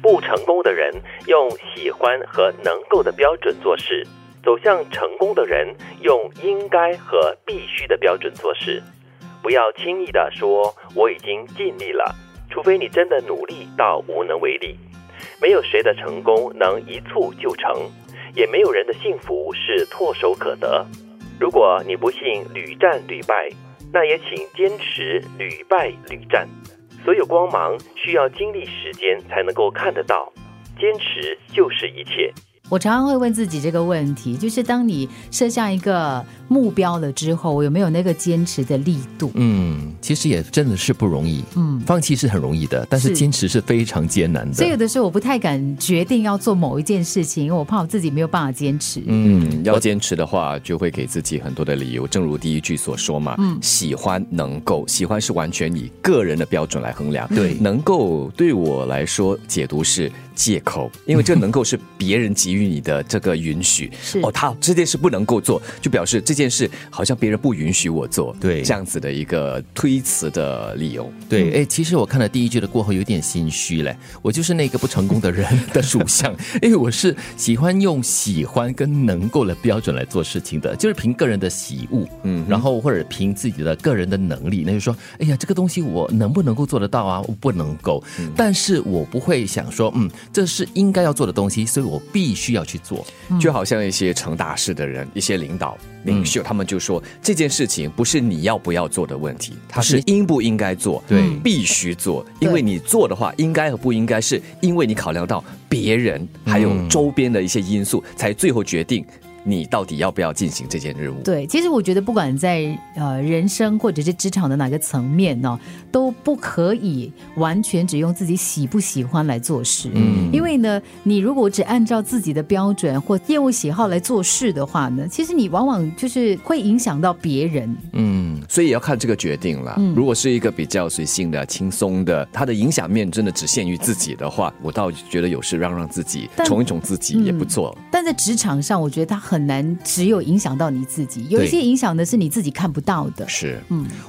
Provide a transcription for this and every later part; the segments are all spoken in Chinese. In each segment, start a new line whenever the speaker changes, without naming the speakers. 不成功的人用喜欢和能够的标准做事，走向成功的人用应该和必须的标准做事。不要轻易的说我已经尽力了，除非你真的努力到无能为力。没有谁的成功能一蹴就成，也没有人的幸福是唾手可得。如果你不幸屡战屡败，那也请坚持屡败屡战。所有光芒需要经历时间才能够看得到，坚持就是一切。
我常常会问自己这个问题，就是当你设下一个目标了之后，我有没有那个坚持的力度？
嗯，其实也真的是不容易。
嗯
放弃是很容易的，但是
是
坚持是非常艰难
所以有
的。
的时候我不太敢决定要做某一件事情，因为我怕我自己没有办法坚持。
嗯，
要坚持的话，就会给自己很多的理由。正如第一句所说嘛，
嗯
喜欢能够，喜欢是完全以个人的标准来衡量。
对
能够对我来说解读是借口，因为这能够是别人给予你的这个允许。
是
哦，他这件事不能够做，就表示这件事好像别人不允许我做，
对
这样子的一个推辞的理由。
对，哎，其实我看了第一句的过后有点心虚嘞，我就是那个不成功的人的属 相，因为我是喜欢用喜欢跟能够的标准来做事情的，就是凭个人的喜恶，嗯，然后或者凭自己的个人的能力，那就说，哎呀，这个东西我能不能够做得到啊？我不能够，
嗯
但是我不会想说，嗯，这是应该要做的东西，所以我必须要去做，
就好像一些成大事的人、一些领导、领袖，他们就说这件事情不是你要不要做的问题，它是应不应该做，
对
必须做，因为你做的话，应该和不应该，是因为你考量到别人还有周边的一些因素，才最后决定你到底要不要进行这件任务。
对，其实我觉得不管在呃人生或者是职场的哪个层面呢、都不可以完全只用自己喜不喜欢来做事。嗯，因为呢，你如果只按照自己的标准或业务喜好来做事的话呢，其实你往往就是会影响到别人。
嗯，
所以也要看这个决定了。如果是一个比较随性的、轻松的，它的影响面真的只限于自己的话，我倒觉得有时让让自己
但
宠一宠自己也不错。
但在职场上，我觉得它很难只有影响到你自己，有一些影响的是你自己看不到的。
是，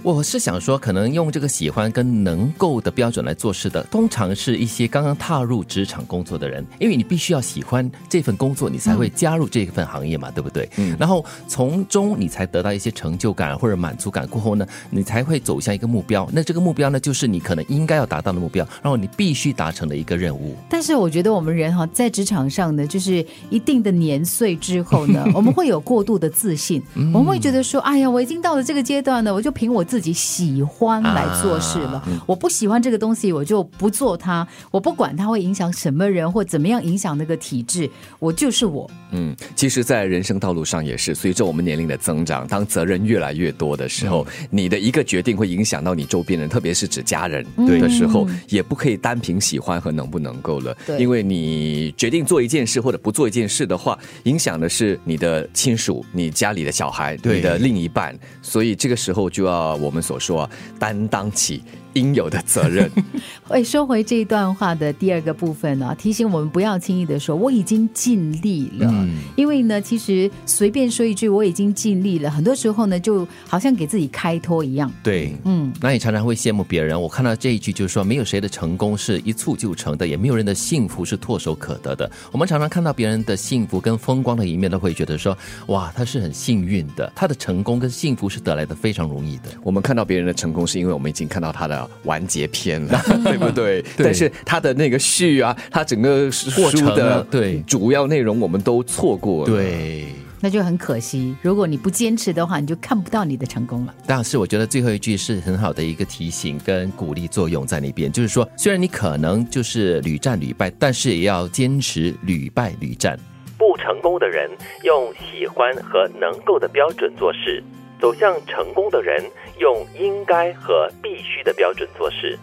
我是想说，可能用这个喜欢跟能够的标准来做事的，通常是一些刚刚踏入职场工作的人，因为你必须要喜欢这份工作，你才会加入这份行业嘛，对不对？嗯。然后从中你才得到一些成就感或者满足感，过后呢，你才会走向一个目标。那这个目标呢，就是你可能应该要达到的目标，然后你必须达成的一个任务。
但是我觉得我们人哈，在职场上呢，就是一定的年岁之后呢，我们会有过度的自信，我们会觉得说，哎呀，我已经到了这个阶段了，我就凭我自己喜欢来做事了。我不喜欢这个东西，我就不做它，我不管它会影响什么人或怎么样影响那个体制，我就是我。
嗯，其实，在人生道路上也是，随着我们年龄的增长，当责任越来越多的时候，你的一个决定会影响到你周边人，特别是指家人的时候，也不可以单凭喜欢和能不能够了。
对
因为你决定做一件事或者不做一件事的话，影响的是你的亲属、你家里的小孩、
对
你的另一半，所以这个时候就要我们所说啊，担当起应有的责任。
哎，说回这一段话的第二个部分呢、提醒我们不要轻易的说我已经尽力了，因为呢，其实随便说一句我已经尽力了，很多时候呢，就好像给自己开脱一样。
对，
嗯，
那你常常会羡慕别人。我看到这一句就是说，没有谁的成功是一蹴就成的，也没有人的幸福是唾手可得的。我们常常看到别人的幸福跟风光的一面，都会觉得说，哇，他是很幸运的，他的成功跟幸福是得来的非常容易的。
我们看到别人的成功，是因为我们已经看到他的完结篇 了，对不对？
对
但是他的那个序啊，他整个
过
书
程啊
的
对
主要内容，我们都错过了。，
对。
那就很可惜。如果你不坚持的话，你就看不到你的成功了。
但是我觉得最后一句是很好的一个提醒跟鼓励作用在那边，就是说，虽然你可能就是屡战屡败，但是也要坚持屡败屡战。
不成功的人用喜欢和能够的标准做事，走向成功的人用应该和必须的标准做事。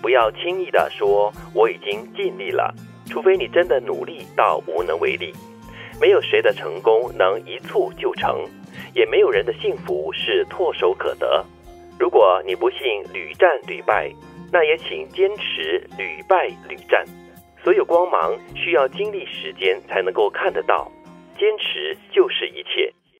不要轻易的说我已经尽力了，除非你真的努力到无能为力。没有谁的成功能一蹴就成，也没有人的幸福是唾手可得。如果你不幸屡战屡败，那也请坚持屡败屡战。所有光芒需要经历时间才能够看得到，坚持就是一切。